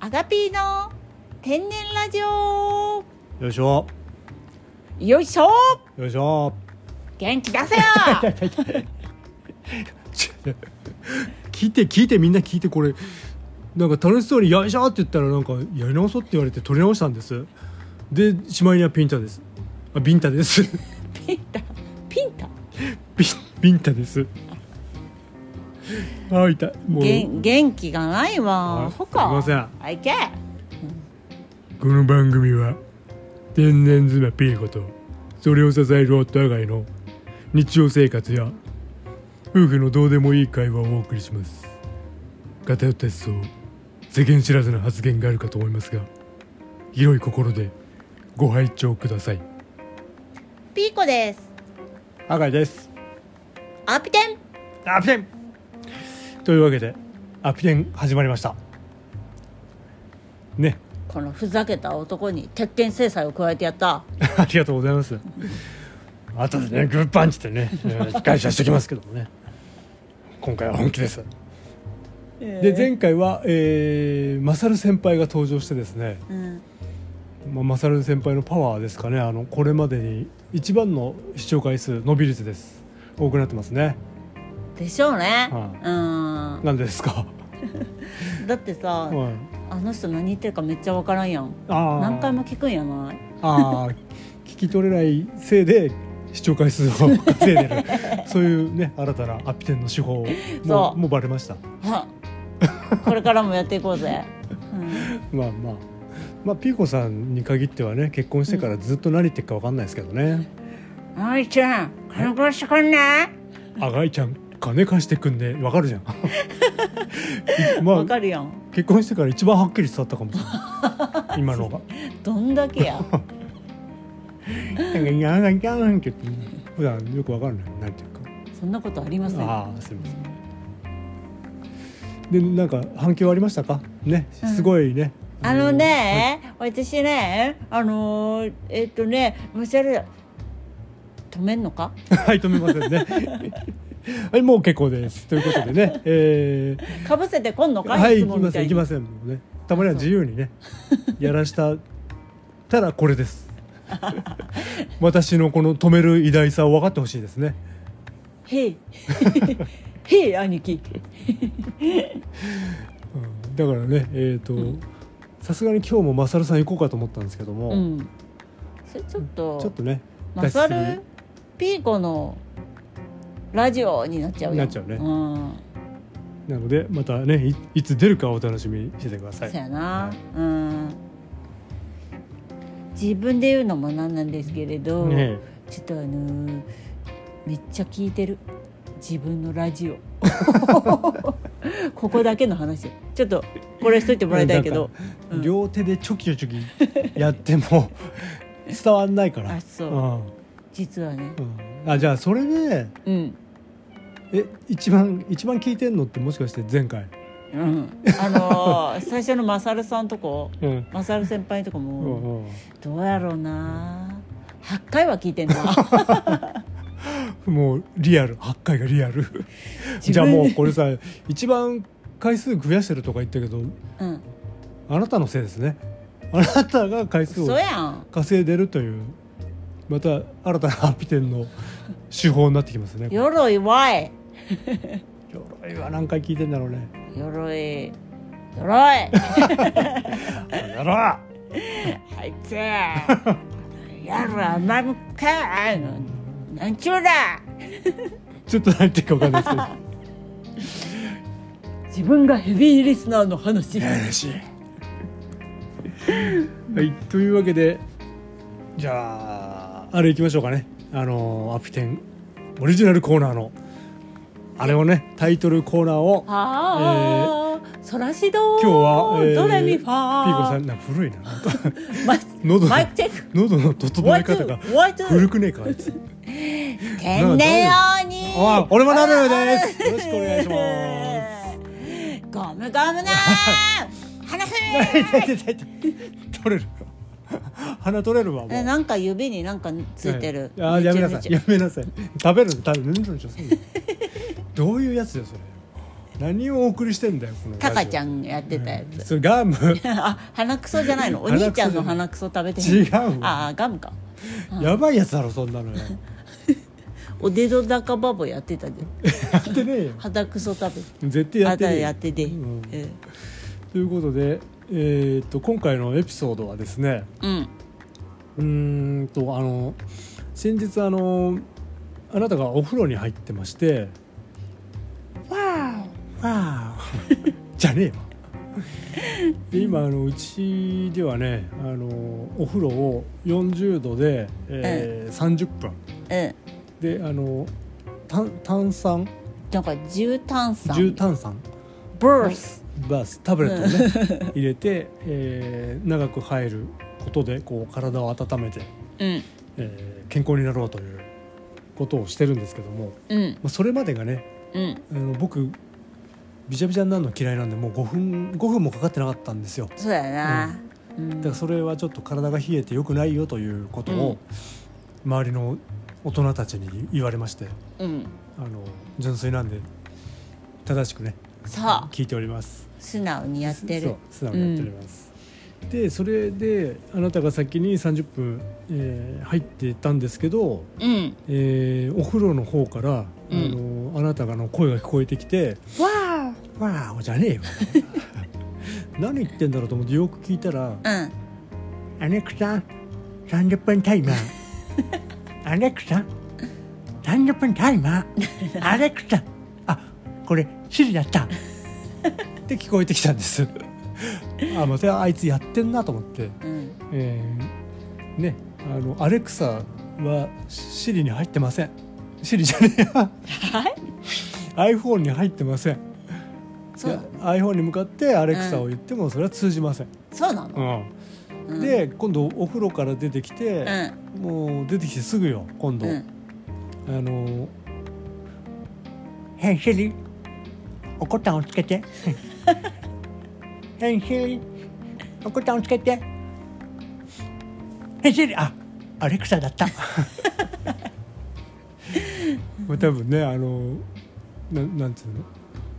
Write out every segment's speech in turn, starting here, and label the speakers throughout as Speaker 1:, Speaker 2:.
Speaker 1: アガピーの天然ラジオ
Speaker 2: よいしょ
Speaker 1: よいしょ
Speaker 2: よいしょ
Speaker 1: 元気出せよ
Speaker 2: 聞いて聞いてみんな聞いてこれなんか楽しそうに「よいしょ!」って言ったらなんか「やり直そう」って言われて取り直したんですでしまいにはピンタですあビンタです
Speaker 1: ピンタピンタ
Speaker 2: ビンビンタですあ痛いもう
Speaker 1: げん元気がない
Speaker 2: は
Speaker 1: わ
Speaker 2: い
Speaker 1: ほか
Speaker 2: すいません
Speaker 1: あいけ
Speaker 2: この番組は天然妻ピーコとそれを支える夫がいの日常生活や夫婦のどうでもいい会話をお送りします偏った思想世間知らずな発言があるかと思いますが広い心でご拝聴ください
Speaker 1: ピーコです
Speaker 2: 赤井です
Speaker 1: アピテン
Speaker 2: アピテンというわけでアピテン始まりましたね
Speaker 1: このふざけた男に鉄拳制裁を加えてやった
Speaker 2: ありがとうございます後でねグーパンチってねうん感謝しておきますけどもね今回は本気ですで前回は、えー、マサル先輩が登場してですね、
Speaker 1: うん
Speaker 2: まあ、マサル先輩のパワーですかねあのこれまでに一番の視聴回数伸び率です多くなってますね
Speaker 1: でしょうね、
Speaker 2: は
Speaker 1: うん
Speaker 2: なんでですか、
Speaker 1: だってさ、
Speaker 2: はい、
Speaker 1: あの人何言ってるかめっちゃわからんやん
Speaker 2: あー
Speaker 1: 何回も聞くんやない
Speaker 2: あー聞き取れないせいで視聴回数を稼い でるそういうね新たなアピテンの手法をも
Speaker 1: そう
Speaker 2: うもうバレました
Speaker 1: はこれからもやっていこうぜ、うん
Speaker 2: まあまあまあピーコさんに限ってはね結婚してからずっと何言ってるかわかんないですけどね、
Speaker 1: あいちゃん金貸してくんね
Speaker 2: あがいちゃん金貸してくんねわか るじゃんま
Speaker 1: わ
Speaker 2: あ
Speaker 1: かるやん
Speaker 2: 結婚してから一番はっきり伝わったかもしれない今のが
Speaker 1: どんだ けや
Speaker 2: 「なんかいやなんかなんか」って普段よくわかんない何ていうか
Speaker 1: そんなことありません
Speaker 2: ああすみませんでなんか反響ありましたかねすごいね、
Speaker 1: あのね、私ねあのーえっとねもしあれ止めんのか
Speaker 2: はい、止めません ね。はい、もう結構です。ということでね、え
Speaker 1: かぶせてこんの
Speaker 2: ー、
Speaker 1: か、
Speaker 2: はい、
Speaker 1: つ
Speaker 2: 行
Speaker 1: も
Speaker 2: きま
Speaker 1: み
Speaker 2: せ
Speaker 1: たい
Speaker 2: ん、
Speaker 1: に
Speaker 2: 行きません。もうね、たまには自由にね、やらした。たら、これです。 私のこの止める偉大さを分かってほしいですね。
Speaker 1: へいへい 兄貴
Speaker 2: うんだからね、えっ、と、さすがに今日もマサルさん行こうかと思ったんですけども、
Speaker 1: うんそれちょっと
Speaker 2: ちょっとね、
Speaker 1: マサ
Speaker 2: 出しす
Speaker 1: ル
Speaker 2: ぎ
Speaker 1: ピーコのラジオになっちゃうよ
Speaker 2: なっちゃうね
Speaker 1: うん
Speaker 2: なので、またねい、いつ出るかお楽しみにしててください。
Speaker 1: そうやな、うん自分で言うのもなんなんですけれど、
Speaker 2: ね
Speaker 1: ちょっとあのーめっちゃ聞いてる自分のラジオ ここだけの話ちょっとこれしといてもらいたいけど
Speaker 2: なんか両手でチョキチョキやって も伝わんないから
Speaker 1: あそう
Speaker 2: うん
Speaker 1: 実はね
Speaker 2: うんあじゃあそれで
Speaker 1: うん
Speaker 2: え一番一番聞いてんのってもしかして前回、
Speaker 1: うんあのー最初のマサルさんとこ
Speaker 2: うん
Speaker 1: マサル先輩とか
Speaker 2: う
Speaker 1: も
Speaker 2: んうん、
Speaker 1: どうやろうな8回は聞いてん な
Speaker 2: もうリアル8回がリアル
Speaker 1: 自分で
Speaker 2: じゃあもうこれさ一番回数増やしてるとか言ったけど
Speaker 1: うん
Speaker 2: あなたのせいですねあなたが回数を
Speaker 1: そうやん
Speaker 2: 稼いでるというまた新たなアピテンの手法になってきますねこれ
Speaker 1: 鎧わい
Speaker 2: 鎧は何回聞いてんだろうね
Speaker 1: 鎧鎧
Speaker 2: やろう
Speaker 1: あいつやろ甘むかあのなんちゅうだ
Speaker 2: ちょっと何言ってるか分かんないですけど
Speaker 1: 自分がヘビーリスナーの話
Speaker 2: 嬉しい。はい、というわけで、じゃあ、あれ行きましょうかね。あの、アピテンオリジナルコーナーの、あれをね、タイトルコーナーを、
Speaker 1: ああ、そらしど
Speaker 2: 今日は、えー
Speaker 1: ドレミファ
Speaker 2: ピーコさ
Speaker 1: ー
Speaker 2: ん、なんか古いな。なんか
Speaker 1: マイ
Speaker 2: 喉の
Speaker 1: マイクチェック
Speaker 2: 喉の整え方が
Speaker 1: ホワイトホワイト
Speaker 2: 古くねえか、あいつ。
Speaker 1: 天然王に
Speaker 2: あ、俺もなるよです。よろしくお願いします。
Speaker 1: ゴムゴムなー話せ
Speaker 2: 痛い痛い痛い痛い取れる。鼻取れるわ、もう
Speaker 1: え。なんか指になんかついてる、
Speaker 2: あーやめなさい
Speaker 1: めちゃめ
Speaker 2: やめなさい食べるの食べるのどういうやつよそれ何をお送りしてんだよこのラジオ
Speaker 1: タカちゃんやってたや
Speaker 2: うん
Speaker 1: つ、
Speaker 2: それガム
Speaker 1: あ鼻くそじゃないのお兄ちゃんの鼻くそ食べて
Speaker 2: 違う
Speaker 1: あ
Speaker 2: わ
Speaker 1: あガムか
Speaker 2: やばいやつだろそんなのよ
Speaker 1: おでどだかバボやってたじゃん
Speaker 2: やってねえ よ
Speaker 1: 鼻くそ食べて
Speaker 2: 絶対や
Speaker 1: あ
Speaker 2: ってね
Speaker 1: た
Speaker 2: えよ
Speaker 1: やってて、
Speaker 2: うん
Speaker 1: え
Speaker 2: ということで、えーっと今回のエピソードはですね
Speaker 1: うん
Speaker 2: うーんとあの先日あのあなたがお風呂に入ってまして
Speaker 1: わ
Speaker 2: わあじゃねえわで今あのうちではねあのお風呂を40度で、えー30分
Speaker 1: おうん
Speaker 2: であの炭炭酸
Speaker 1: なんか重炭酸
Speaker 2: 重炭酸
Speaker 1: ブース
Speaker 2: バースタブレットをね 入れて、えー長く入ることでこう体を温めて、
Speaker 1: うん
Speaker 2: えー健康になろうということをしてるんですけども、
Speaker 1: うん
Speaker 2: まあ、それまでがね
Speaker 1: うん
Speaker 2: あの僕びちゃびちゃになるの嫌いなんでもう5分5分もかかってなかったんですよ
Speaker 1: そうだよな、うん
Speaker 2: だからそれはちょっと体が冷えてよくないよということを周りの大人たちに言われまして
Speaker 1: うん
Speaker 2: あの純粋なんで正しくね
Speaker 1: さあ
Speaker 2: 聞いております
Speaker 1: 素直にやって
Speaker 2: そう
Speaker 1: る
Speaker 2: 素直にやっております、でそれであなたが先に30分、えー入っていったんですけど、
Speaker 1: うん
Speaker 2: えーお風呂の方から、
Speaker 1: うん
Speaker 2: あのあなたがの声が聞こえてきて
Speaker 1: わ
Speaker 2: 「わあ」じゃねえ よ何言ってんだろうと思ってよく聞いたら
Speaker 1: あうん
Speaker 2: アレクサ30分タ イマーアレクサ30分タ イマーアレクサあこれシリ だったって聞こえてきたんですあまたあいつやってんなと思って、
Speaker 1: うん
Speaker 2: えーねあのアレクサはシリに入ってませんシリじゃねえや
Speaker 1: はい
Speaker 2: iPhone に入ってません
Speaker 1: そう
Speaker 2: いや iPhone に向かってアレクサを言ってもそれは通じません、
Speaker 1: そうなの、うん、
Speaker 2: で今度お風呂から出てきて、
Speaker 1: うん
Speaker 2: もう出てきてすぐよ今度、
Speaker 1: うん
Speaker 2: あの「ヘンシリおこたんをつ けて」「ヘンシリおこたんをつけて」「ヘンシリあアレクサ だった」もう多分ねあのななんつうの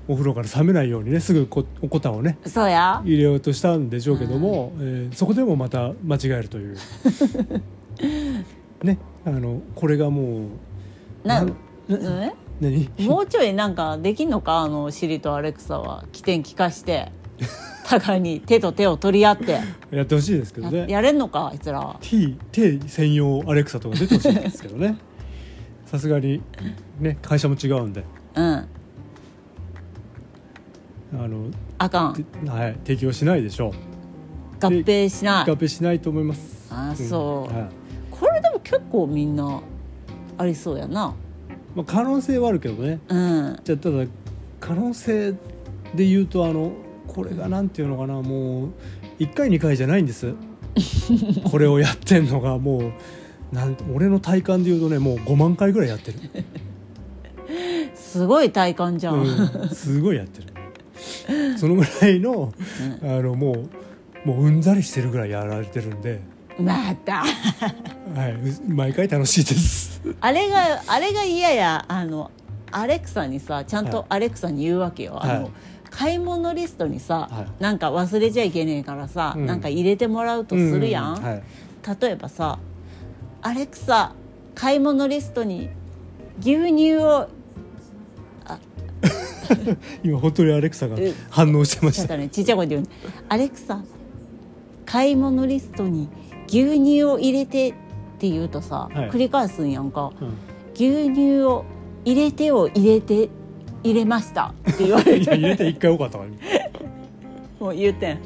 Speaker 2: お風呂から冷めないようにねすぐこおこたんをね
Speaker 1: そうや
Speaker 2: 入れようとしたんでしょうけども、えーそこでもまた間違えると いうねあのこれがもう
Speaker 1: な
Speaker 2: な
Speaker 1: うん
Speaker 2: 何
Speaker 1: もうちょいなんかできんのかあのシリとアレクサは起点聞かして互いに手と手を取り合って
Speaker 2: やってほしいですけど
Speaker 1: や,、
Speaker 2: ね
Speaker 1: れんのかあいつら
Speaker 2: T, T 専用アレクサとか出てほしいんですけ どねさすがにね会社も違うんで
Speaker 1: うん
Speaker 2: あの、
Speaker 1: あかん
Speaker 2: てはい、提供しないでしょう
Speaker 1: 合併しな
Speaker 2: 合
Speaker 1: い
Speaker 2: 併しないと思います
Speaker 1: あーそう
Speaker 2: はい
Speaker 1: これでも結構みんなありそうやな
Speaker 2: まあ、可能性はあるけどね
Speaker 1: うん
Speaker 2: じゃあただ可能性で言うとあのこれがなんていうのかなもう1回2回じゃないんです これをやってんのがもうなん俺の体感で言うとねもう5万回ぐらいやってる、
Speaker 1: すごい体感じゃん、
Speaker 2: うん、すごいやってるそのぐらいのあのもうもううんざりしてるぐらいやられてるんで、
Speaker 1: また
Speaker 2: はい、う毎回楽しいです
Speaker 1: あれがあれが嫌やあのアレクサにさちゃん
Speaker 2: は
Speaker 1: と
Speaker 2: い
Speaker 1: アレクサに言うわけよ、あ
Speaker 2: はい
Speaker 1: の買い物リストにさ、
Speaker 2: は
Speaker 1: なんか忘れちゃいけねえからさ、
Speaker 2: うん
Speaker 1: なんか入れてもらうとするやん、
Speaker 2: うはい、
Speaker 1: 例えばさ「アレクサ買い物リストに牛乳を
Speaker 2: 今本当にアレクサが反応してま
Speaker 1: ち
Speaker 2: し
Speaker 1: ょったと ねちっちゃい声で言うね「アレクサ買い物リストに牛乳を入れて」って言うとさ、
Speaker 2: はい
Speaker 1: 繰り返すんやんか
Speaker 2: うん
Speaker 1: 「牛乳を入れて」を入れて入れましたって言われ
Speaker 2: い や入
Speaker 1: て
Speaker 2: れて1回多かったわ今
Speaker 1: もう言うてん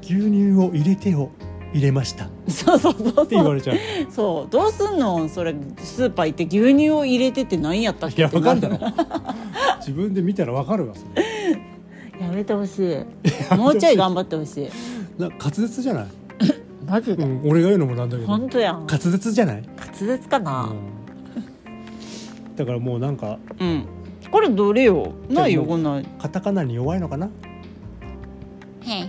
Speaker 2: 牛乳を入れてを入れましたっ
Speaker 1: そうそうそう
Speaker 2: て言
Speaker 1: そう
Speaker 2: われ ちゃう
Speaker 1: そうどうすんのそれスーパー行って牛乳を入れてって何やったっ
Speaker 2: い
Speaker 1: け
Speaker 2: や
Speaker 1: って
Speaker 2: わ
Speaker 1: な
Speaker 2: か
Speaker 1: る
Speaker 2: るだろ 自分で見たらわかるわそれ
Speaker 1: やめてほしいもうちょい頑張ってほ しい
Speaker 2: な滑舌じゃない、
Speaker 1: マジ
Speaker 2: う
Speaker 1: で、
Speaker 2: ん、俺が言うのもなんだけど
Speaker 1: 本
Speaker 2: 滑
Speaker 1: 当やん滑
Speaker 2: 舌じゃない、
Speaker 1: 舌かな
Speaker 2: うんだからもうなんか
Speaker 1: うん、これどれよないよ
Speaker 2: でも
Speaker 1: こんなん
Speaker 2: カタカナに弱いのかな
Speaker 1: へん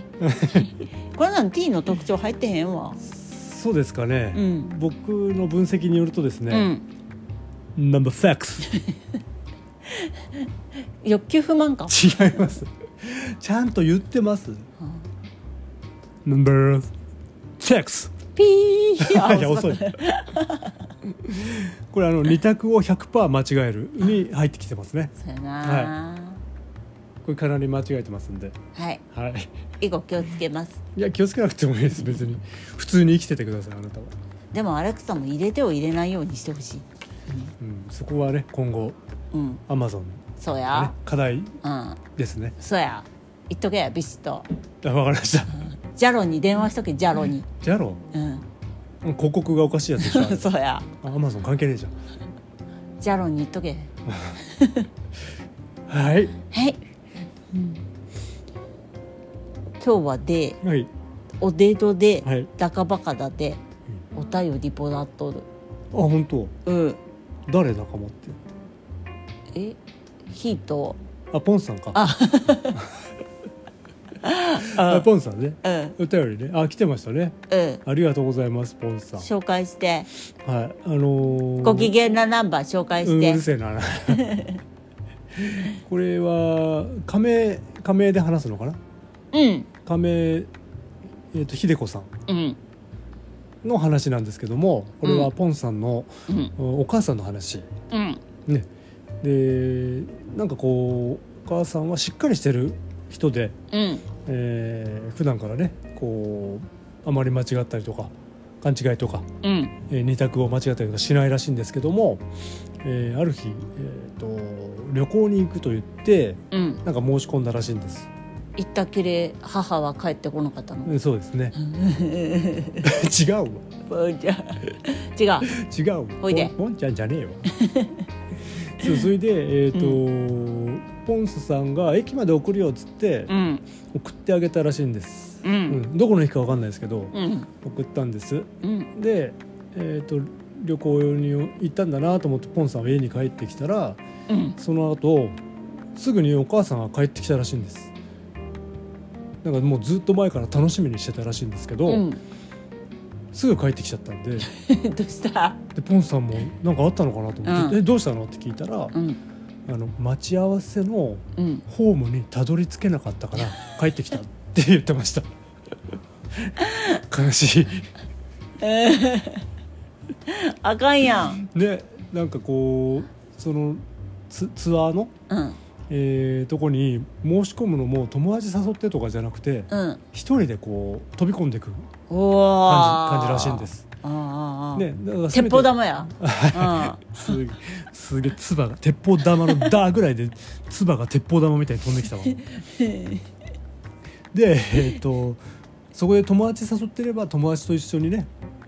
Speaker 1: これなん T の特徴入ってへんわ
Speaker 2: そうですかね、
Speaker 1: うん
Speaker 2: 僕の分析によるとです
Speaker 1: う
Speaker 2: ね、
Speaker 1: ん
Speaker 2: ナンバーセックス
Speaker 1: 欲求不満か、
Speaker 3: 違います
Speaker 2: ちゃんと言ってます
Speaker 1: うん
Speaker 3: ナンバーチェックス
Speaker 1: ピ ーあ
Speaker 2: いや遅い これあの2択を100%間違えるに入ってきてますね
Speaker 1: そうやな
Speaker 2: これかなり間違えてますんで
Speaker 1: はい、
Speaker 2: はい
Speaker 1: 以後気をつけます
Speaker 2: いや気をつけなくてもいいです別に普通に生きててくださいあなたは、
Speaker 1: でもアレクサも入れてを入れないようにしてほしい
Speaker 2: うん、そこはね今後
Speaker 1: うん
Speaker 2: アマゾン
Speaker 1: そう
Speaker 2: ね
Speaker 1: や、
Speaker 2: 課題
Speaker 1: うん
Speaker 2: ですね
Speaker 1: そうや言っとけやビシッと
Speaker 2: あわかりました
Speaker 1: ジャロに電話しとけジャロに
Speaker 2: じゃろ
Speaker 1: うん
Speaker 2: 広告がおかしいやつでしょあれ
Speaker 1: そうや
Speaker 2: あアマゾン関係ねえじゃん
Speaker 1: ジャロに言っとけ
Speaker 2: はい
Speaker 1: はい、今日はで
Speaker 2: はい
Speaker 1: おデートで、
Speaker 2: はい
Speaker 1: だかばかだでお便りぼらっとる
Speaker 2: あ本当
Speaker 1: うん
Speaker 2: 誰仲間って
Speaker 1: えヒート
Speaker 2: あポンさんか
Speaker 1: あ
Speaker 2: あポンさんね
Speaker 1: うん
Speaker 2: お便りねあ来てましたね
Speaker 1: うん
Speaker 2: ありがとうございますポンさん
Speaker 1: 紹介して
Speaker 2: はいあのー、
Speaker 1: ご機嫌なナンバー紹介
Speaker 2: う
Speaker 1: し
Speaker 2: んうる
Speaker 1: て
Speaker 2: せえな これは仮名仮名で話すのかな
Speaker 1: うん
Speaker 2: 仮名えー、と秀子さん
Speaker 1: うん
Speaker 2: の話なんですけどもこれ
Speaker 1: う
Speaker 2: は
Speaker 1: ん
Speaker 2: ポンさんの、
Speaker 1: うん
Speaker 2: おお母さんの話
Speaker 1: うん
Speaker 2: ねでなんかこうお母さんはしっかりしてる人で、
Speaker 1: うん
Speaker 2: えー、普段からねこうあまり間違ったりとか勘違いとか、
Speaker 1: うん
Speaker 2: えー二択を間違ったりとかしないらしいんですけども、えーある日、えー、と旅行に行くと言って
Speaker 1: うん
Speaker 2: なんか申し込んだらしいんです、
Speaker 1: 行ったきり母は帰ってこなかったの
Speaker 2: うん、そうで すね違うわ
Speaker 1: じゃあ違う
Speaker 2: 違うわ
Speaker 1: ほいで
Speaker 2: ポンちゃんじゃねえわそうそれでえっ、と、ポンスさんが駅まで送るよっつって
Speaker 1: うん
Speaker 2: 送ってあげたらしいんです、
Speaker 1: う
Speaker 2: うんん、どこの駅かわかんないですけど
Speaker 1: うん
Speaker 2: 送ったんです
Speaker 1: うん
Speaker 2: でえっ、と旅行に行ったんだなと思ってポンさんは家に帰ってきたら
Speaker 1: うん
Speaker 2: その後すぐにお母さんが帰ってきたらしいんですなんかもうずっと前から楽しみにしてたらしいんですけど、
Speaker 1: うん
Speaker 2: すぐ帰ってきちゃったんで
Speaker 1: どうした
Speaker 2: でポンさんもなんかあったのかなと思って「
Speaker 1: うん
Speaker 2: えどうしたの?」って聞いたら、
Speaker 1: うん
Speaker 2: あの待ち合わせの
Speaker 1: うん
Speaker 2: ホームにたどり着けなかっ たから帰ってきたって言ってました悲しい
Speaker 1: あかんやん
Speaker 2: でなんかこうそのツツアーの、
Speaker 1: うん
Speaker 2: えーとこに申し込むのも友達誘ってとかじゃなくて
Speaker 1: うん
Speaker 2: 一人でこう飛び込んでいく
Speaker 1: おー
Speaker 2: 感じ感じらしいんです。
Speaker 1: ああああ
Speaker 2: ね、だからせめ
Speaker 1: 鉄
Speaker 2: て
Speaker 1: 砲玉 やう
Speaker 2: すすげえ唾が鉄砲玉の「ダ」ぐらいで唾が鉄砲玉みたいに飛んできたわでえっとそこで友達誘ってれば友達と一緒にね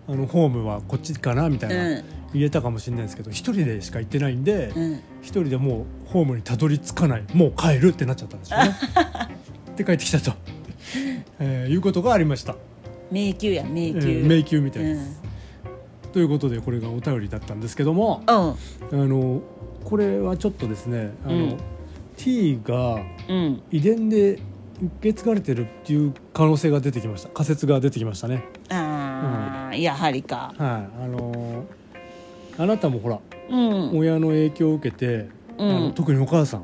Speaker 2: あのホームはこっちかなみたい
Speaker 1: ん
Speaker 2: な言えたかもしれないですけど一人でしか行ってないんで
Speaker 1: うんうん
Speaker 2: 一人でもうホームにたどり着かないもう帰るってなっちゃったんでしょうね で帰ってきたと、えーいうことがありました、
Speaker 1: 迷宮や迷
Speaker 2: え
Speaker 1: 宮、
Speaker 2: ー迷宮みたいです、
Speaker 1: う
Speaker 2: ということでこれがお便りだったんですけども
Speaker 1: ん
Speaker 2: あのこれはちょっとですねあの、
Speaker 1: うん
Speaker 2: T が
Speaker 1: うん
Speaker 2: 遺伝で受け継がれてるっていう可能性が出てきました仮説が出てきましたね
Speaker 1: ああ、やはりか
Speaker 2: はいあのあなたもほら
Speaker 1: うん
Speaker 2: 親の影響を受けて、
Speaker 1: うん
Speaker 2: あの特にお母さん、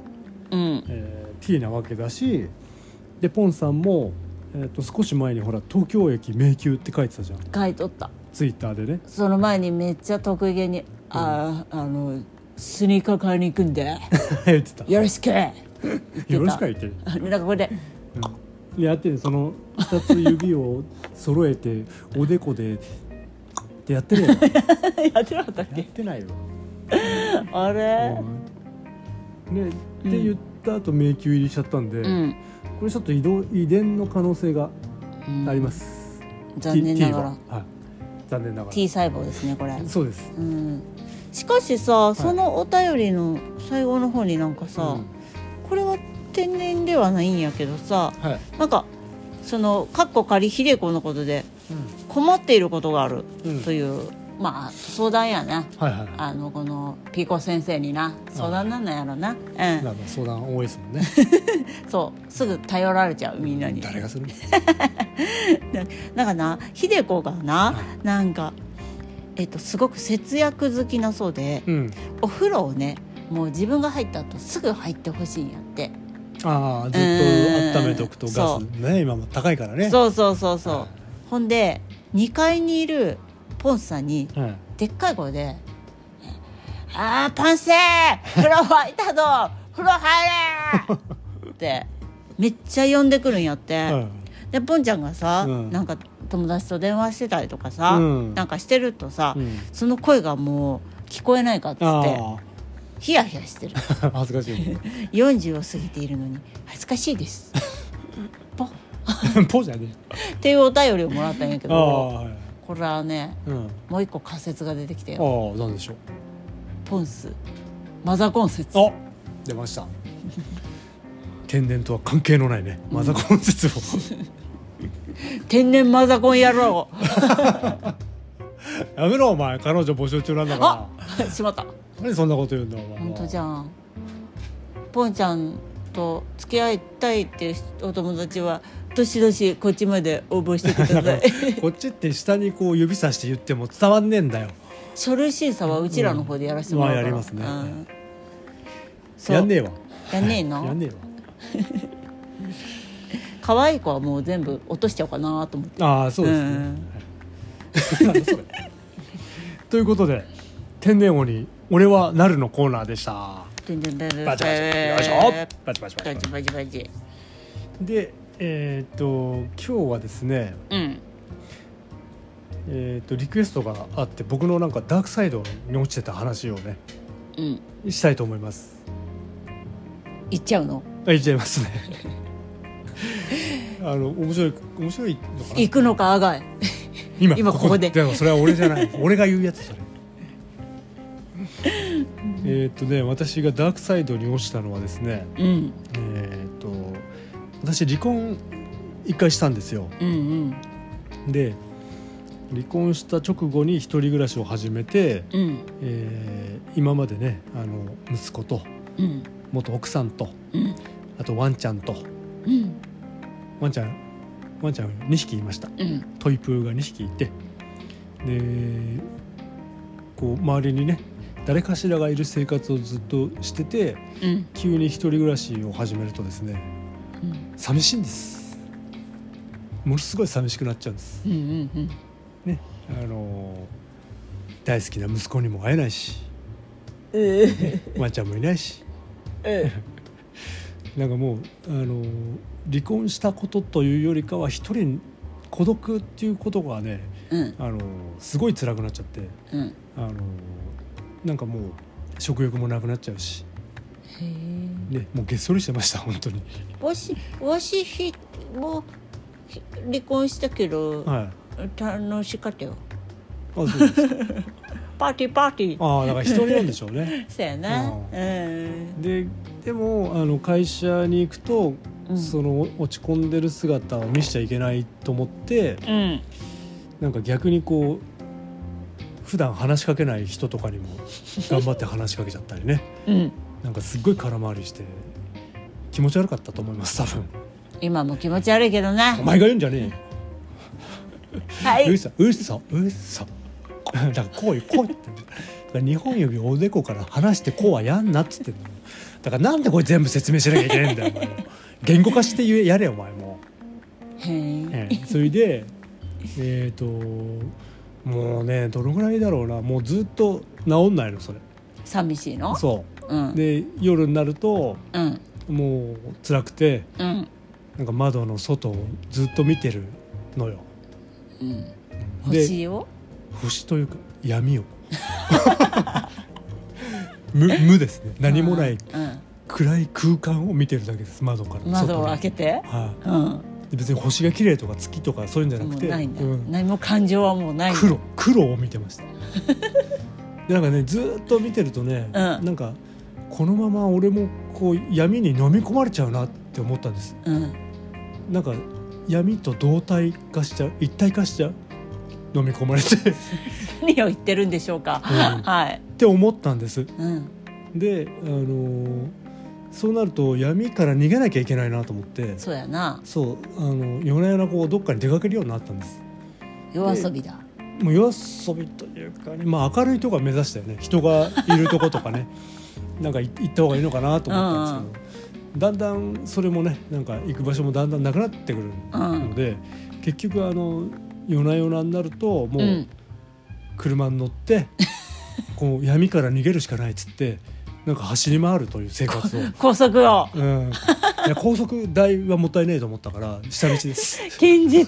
Speaker 1: うん
Speaker 2: えー T なわけだしでポンさんも、えー、と少し前にほら東京駅迷宮って書いてたじゃん
Speaker 1: 書いとった
Speaker 2: ツイッターでね
Speaker 1: その前にめっちゃ得意げに「あーあのスニーカー買いに行くん で
Speaker 2: 言ってた
Speaker 1: よろしく!」よ
Speaker 2: よろしくは言ってる
Speaker 1: なんかこれ で
Speaker 2: でやってるその2つ指を揃えておでこでってやってるやんや
Speaker 1: やってなかったっけ
Speaker 2: ってないよ、
Speaker 1: あれ
Speaker 2: ねって言った後迷宮入りしちゃったんで、
Speaker 1: うん、
Speaker 2: これちょっと移動遺伝の可能性があります、
Speaker 1: 残念ながら
Speaker 2: T, T ははい残念ながら
Speaker 1: T 細胞ですねこれ
Speaker 2: そうです
Speaker 1: うんしかしさそのお便りの最後の方になんかさ、
Speaker 2: うん
Speaker 1: これは天然ではないんやけどさ
Speaker 2: はい、
Speaker 1: なんかそのかっこ仮秀子のことで
Speaker 2: うん
Speaker 1: 困っていることがある
Speaker 2: うん
Speaker 1: という、まあ相談やな
Speaker 2: はいはいは
Speaker 1: あのこのピーコ先生にな相談なんなんやろな、
Speaker 2: いなんか相談多いですもんね
Speaker 1: うん、そうすぐ頼られちゃうみんなに
Speaker 2: 誰がする
Speaker 1: なんかな秀子がななんか、えっと、すごく節約好きなそうで
Speaker 2: うん
Speaker 1: お風呂をねもう自分が入った後すぐ入ってほしいんやって、
Speaker 2: ああずっと温めとくと
Speaker 1: うん
Speaker 2: ガスね今も高いからね
Speaker 1: そうそうそうそう、
Speaker 2: は
Speaker 1: ほんで2階にいるポンスさんに
Speaker 2: はい
Speaker 1: でっかい声で「あーパンセー風呂沸いたぞ 風呂入れ!」ってめっちゃ呼んでくるんやって、
Speaker 2: はい
Speaker 1: でポンちゃんがさ、
Speaker 2: うん
Speaker 1: なんか友達と電話してたりとかさ、
Speaker 2: うん
Speaker 1: なんかしてるとさ、
Speaker 2: うん
Speaker 1: その声がもう聞こえないかっつって
Speaker 2: あ
Speaker 1: ヒヤヒヤしてる
Speaker 2: あ 恥ずかしい
Speaker 1: 40を過ぎているのに恥ずかしいですポンっ
Speaker 2: ポじゃねえ
Speaker 1: ていうお便りをもらったんやけ
Speaker 2: ああ
Speaker 1: ど
Speaker 2: はい
Speaker 1: これはね
Speaker 2: うん
Speaker 1: もう一個仮説が出てきて
Speaker 2: ああなんでしょう
Speaker 1: ポンスマザコン説
Speaker 2: あ出ました天然とは関係のないねマザコン説を
Speaker 1: 天然マザコン野郎
Speaker 2: やめろお前彼女募集中なんだ
Speaker 1: あ
Speaker 2: か
Speaker 1: しまった
Speaker 2: ら何そんなこと言うんだお前
Speaker 1: 本当じゃんポンちゃんと付き合いたいっていうお友達はどしどしこっちまで応募してくだ さい
Speaker 2: こっちって下にこう指さして言っても伝わんねえんだよ
Speaker 1: 書類審査はうちらの方でやらせてもらうから、
Speaker 2: うんまあやりますね
Speaker 1: うんそう
Speaker 2: やんねえわ
Speaker 1: やんねえ
Speaker 2: や
Speaker 1: の
Speaker 2: んねえわ
Speaker 1: 可愛い子はもう全部落としちゃおうかなと思って
Speaker 2: ああそうです
Speaker 1: う
Speaker 2: ね、
Speaker 1: ん
Speaker 2: はい なんだそれということで天然鬼俺はなるのコーナーでした
Speaker 1: でんでんでんでん
Speaker 2: バチバチよいしょバチバチバチ
Speaker 1: バ
Speaker 2: バ
Speaker 1: チ
Speaker 2: チ
Speaker 1: バチバチ
Speaker 2: でえーっと今日はですね
Speaker 1: うん
Speaker 2: えーっとリクエストがあって僕のなんかダークサイドに落ちてた話をね
Speaker 1: うん
Speaker 2: したいと思います
Speaker 1: 行っちゃうの
Speaker 2: あ言っちゃい ますねあの面白い面白いのかな
Speaker 1: 行くのかあがい
Speaker 2: 今
Speaker 1: 今ここで
Speaker 2: もそれは俺じゃない 俺が言うやつそれえーっとね私がダークサイドに落ちたのはですね
Speaker 1: うん
Speaker 2: えーっと私離婚一回したんですよ
Speaker 1: うんうん
Speaker 2: で離婚した直後に一人暮らしを始めて、
Speaker 1: うん
Speaker 2: えー今までねあの息子と
Speaker 1: うん
Speaker 2: 元奥さんと
Speaker 1: うん
Speaker 2: あとワンちゃんと
Speaker 1: うん
Speaker 2: ワンちゃんワンちゃん2匹いました
Speaker 1: うん
Speaker 2: トイプーが2匹いてでこう周りにね誰かしらがいる生活をずっとしてて
Speaker 1: うん
Speaker 2: 急に一人暮らしを始めるとですね
Speaker 1: うん
Speaker 2: 寂しいんですものすごい寂しくなっちゃうんです
Speaker 1: うんうんうん
Speaker 2: ねあのー大好きな息子にも会えないし
Speaker 1: ええ
Speaker 2: ワンちゃんもいないし
Speaker 1: ええ
Speaker 2: なんかもうあのー離婚したことというよりかは一人孤独っていうことがね
Speaker 1: うん
Speaker 2: あのーすごい辛くなっちゃって。
Speaker 1: うん
Speaker 2: あのなんかもう食欲もなくなっちゃうし、
Speaker 1: へえ
Speaker 2: ね、もうげっそりしてました本当に、
Speaker 1: わしわしひもひ離婚したけど
Speaker 2: はい、あ
Speaker 1: 楽しかったよ
Speaker 2: そうですか
Speaker 1: パーティーパーティー
Speaker 2: ああだから一人なんでしょうね
Speaker 1: そうやなうん
Speaker 2: ででもあの会社に行くと、
Speaker 1: うん
Speaker 2: その落ち込んでる姿を見せちゃいけないと思って
Speaker 1: うん
Speaker 2: なんか逆にこう普段話しかけない人とかにも頑張って話しかけちゃったりね
Speaker 1: うん
Speaker 2: なんかすっごい空回りして気持ち悪かったと思います多分
Speaker 1: 今も気持ち悪いけどな
Speaker 2: お前が言うんじゃねえよ
Speaker 1: は
Speaker 2: う
Speaker 1: い
Speaker 2: さうさうさだからこうよこうよってだから日本よりおでこから離してこうはやんなっつってんのだからなんでこれ全部説明しなきゃいけないんだよお前も言語化して言えやれよお前も
Speaker 1: へえ
Speaker 2: ええそれでえっ、ともうねどのぐらいだろうなもうずっと治んないのそれ
Speaker 1: 寂しいの
Speaker 2: そううんで夜になると
Speaker 1: うん
Speaker 2: もう辛くて
Speaker 1: うん
Speaker 2: なんか窓の外をずっと見てるのよ
Speaker 1: うん
Speaker 2: で
Speaker 1: 星を
Speaker 2: 星というか闇を 無無ですね何もない
Speaker 1: うん
Speaker 2: 暗い空間を見てるだけです窓から
Speaker 1: 窓を開
Speaker 2: 外
Speaker 1: けて
Speaker 2: には
Speaker 1: うん
Speaker 2: いで別に星が綺麗とか月とかそういうんじゃな
Speaker 1: も
Speaker 2: く
Speaker 1: う
Speaker 2: て
Speaker 1: ないんだ
Speaker 2: うん
Speaker 1: 何も感情はもうないんだ
Speaker 2: 黒黒を見てましたでなんかねずーっと見てるとね、
Speaker 1: うん
Speaker 2: なんかこのまま俺もこう闇に飲み込まれちゃうなって思ったんです
Speaker 1: うん
Speaker 2: なんか闇と同体化しちゃう一体化しちゃう飲み込まれ てっ
Speaker 1: 何を言ってるんでしょうか
Speaker 2: うん
Speaker 1: はい
Speaker 2: て思ったんで
Speaker 1: う
Speaker 2: す
Speaker 1: ん
Speaker 2: で、あのーそうなると闇から逃げなきゃいけないなと思って
Speaker 1: そうやな
Speaker 2: そう、あの夜な夜なこうどっかに出かけるようになったんです
Speaker 1: 夜遊びだ
Speaker 2: も う夜遊びというかね、まあ、明るいとこは目指したよね人がいるとことかねなんかい行った方がいいのかなと思ったんですけど、だんだんそれもねなんか行く場所もだんだんなくなってくるので、結局あの夜な夜なになるとも
Speaker 1: う
Speaker 2: うん車に乗 って、こう闇から逃げるしかないっつってなんか走り回るという生活を。
Speaker 1: 高速を
Speaker 2: うん、いや高速代はもったいないと思ったから下道です。
Speaker 1: 堅実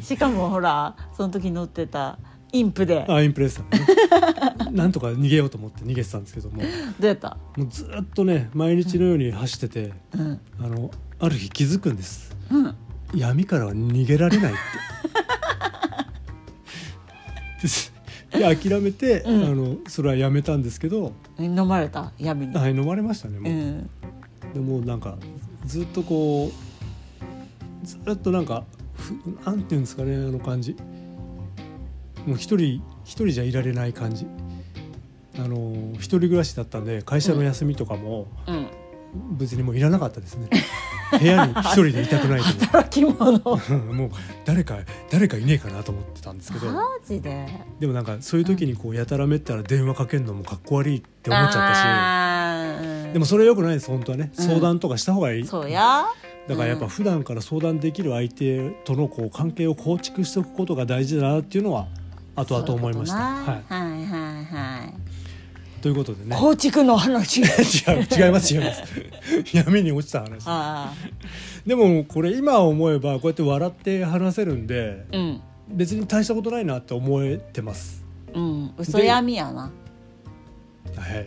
Speaker 1: しかもほらその時乗ってたインプでど
Speaker 2: あインプレッサーねなんとか逃げようと思って逃げてたんですけども
Speaker 1: うやった、
Speaker 2: もうずっとね毎日のように走ってて
Speaker 1: うん
Speaker 2: あのある日気づくんです
Speaker 1: うん、
Speaker 2: 闇からは逃げられないっ てでで諦めて、
Speaker 1: うん
Speaker 2: あのそれはやめたんですけど、
Speaker 1: 飲まれた闇に、
Speaker 2: はい、飲まれましたね
Speaker 1: う
Speaker 2: もう、
Speaker 1: ん、
Speaker 2: でもうなんかずっとこうずっとなんかふなんていうんですかねあの感じもう一人一人じゃいられない感じあの一人暮らしだったんで会社の休みとかも
Speaker 1: うん、
Speaker 2: 別にもういらなかったです ね、部屋に一人でいたくないと
Speaker 1: 働き者マ
Speaker 2: 思う もう誰か誰かいねえかなと思ってたんですけど
Speaker 1: ジで
Speaker 2: でもなんかそういう時にこうやたらめったら電話かけるのもかっこ悪いって思っちゃったし
Speaker 1: た
Speaker 2: でもそれよくないです本当はね
Speaker 1: うん
Speaker 2: 相談とかした方がいい、
Speaker 1: そうや
Speaker 2: だからやっぱ普段から相談できる相手とのこう関係を構築しておくことが大事だなっていうのは後々思いました。
Speaker 1: そううこと
Speaker 2: は
Speaker 1: なはいはいはい
Speaker 2: い、ということでね
Speaker 1: 構築の話
Speaker 2: 違う違います違います 闇に落ちた話
Speaker 1: あ
Speaker 2: でもこれ今思えばこうやって笑って話せるんで
Speaker 1: あうん
Speaker 2: 別に大したことないなって思えてます、
Speaker 1: うん嘘闇やな
Speaker 2: はい、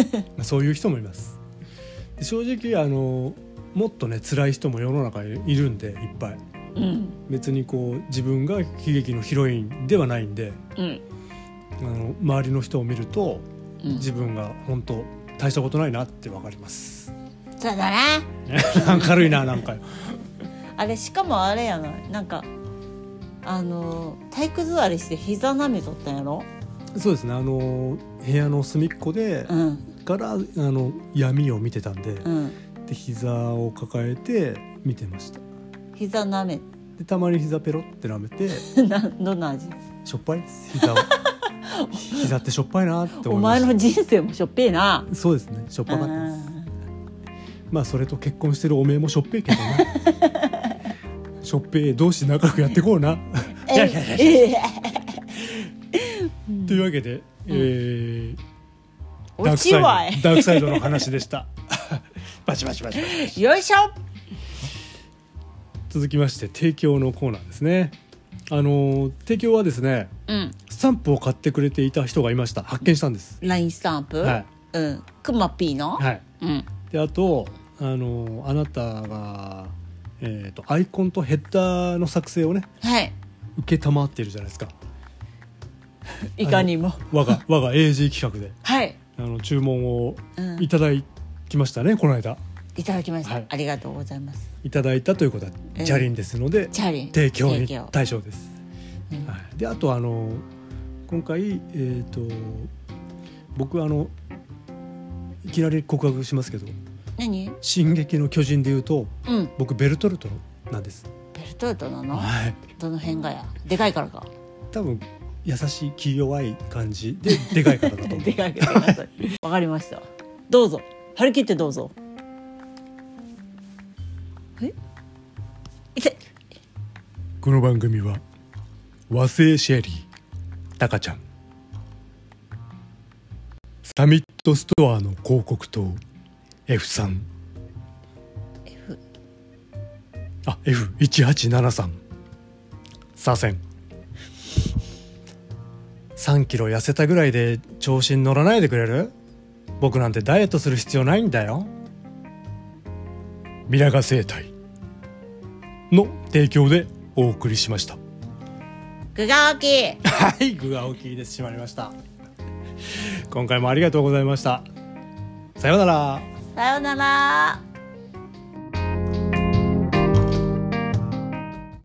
Speaker 2: まあそういう人もいますで正直あのもっとね辛い人も世の中にいるんでいっぱい
Speaker 1: うん
Speaker 2: 別にこう自分が悲劇のヒロインではないんで
Speaker 1: うん
Speaker 2: あの周りの人を見ると
Speaker 1: うん
Speaker 2: 自分が本当大したことないなってわかります。
Speaker 1: そうだな
Speaker 2: 明るいななんか
Speaker 1: あれしかもあれやないなんかあのー体育座りして膝舐めとったんやろ
Speaker 2: そうですねあの部屋の隅っこで
Speaker 1: うん
Speaker 2: からあの闇を見てたんで
Speaker 1: うん
Speaker 2: で膝を抱えて見てました
Speaker 1: 膝舐め
Speaker 2: でたまに膝ペロって舐めてし
Speaker 1: などんな味
Speaker 2: ょっぱいです膝 を膝ってしょっぱいなって
Speaker 1: お
Speaker 2: 思いま
Speaker 1: 前
Speaker 2: した
Speaker 1: の人生もしょっぺえな
Speaker 2: そうですねしょっぱかったです
Speaker 1: う
Speaker 2: まあそれと結婚してるおめえもしょっぺえけどな しょっぺえ同士仲良くやってこうな
Speaker 1: ん
Speaker 2: いやいやいやいや
Speaker 1: ええ
Speaker 2: というわけで、えー
Speaker 1: 落ちわい
Speaker 2: ダークサイドの話でした。 バチバチバチバチ。
Speaker 1: よいしょ
Speaker 2: 続きまして提供のコーナーですね。あのー提供はですね、
Speaker 1: うん
Speaker 2: スタンプを買ってくれていた人がいました。発見したんです。
Speaker 1: ラインスタンプ、
Speaker 2: はい
Speaker 1: うんくまピーの、
Speaker 2: はい。
Speaker 1: うん
Speaker 2: であとあのーあなたがえっ、とアイコンとヘッダーの作成をね
Speaker 1: はい
Speaker 2: 受けたまっているじゃないですか。
Speaker 1: いかにも
Speaker 2: 我 が我が AG 企画で
Speaker 1: はい
Speaker 2: あの注文を
Speaker 1: うん
Speaker 2: いただきましたね、この間
Speaker 1: いただきました、
Speaker 2: はい
Speaker 1: ありがとうございます
Speaker 2: いただいたということは
Speaker 1: ええ
Speaker 2: チャリンですので、
Speaker 1: チャリン
Speaker 2: 提供
Speaker 1: 提
Speaker 2: に
Speaker 1: 供
Speaker 2: 対象です。
Speaker 1: うん
Speaker 2: はい、であとあの今回、えー、と僕あのいきなり告白しますけど
Speaker 1: 何
Speaker 2: 「進撃の巨人」でいうと
Speaker 1: うん
Speaker 2: 僕ベルトルトなんです、
Speaker 1: ベルトルトなの
Speaker 2: はい、
Speaker 1: どの辺がやでかいからか
Speaker 2: 多分優しい気弱い感じででかい方だ と思う
Speaker 1: でかいからかそれわかりましたどうぞ張り切ってどうぞ え痛い
Speaker 3: この番組は
Speaker 2: 和製シェリータカちゃんサミットストアの広告塔 F さん
Speaker 1: F
Speaker 2: あ F1873 左遷3キロ痩せたぐらいで調子に乗らないでくれる僕なんてダイエットする必要ないんだよミラガ生態の提供でお送りしました
Speaker 1: 具が大きい
Speaker 2: はい、具が大きいです。しまりました。今回もありがとうございました。さようなら。
Speaker 1: さようなら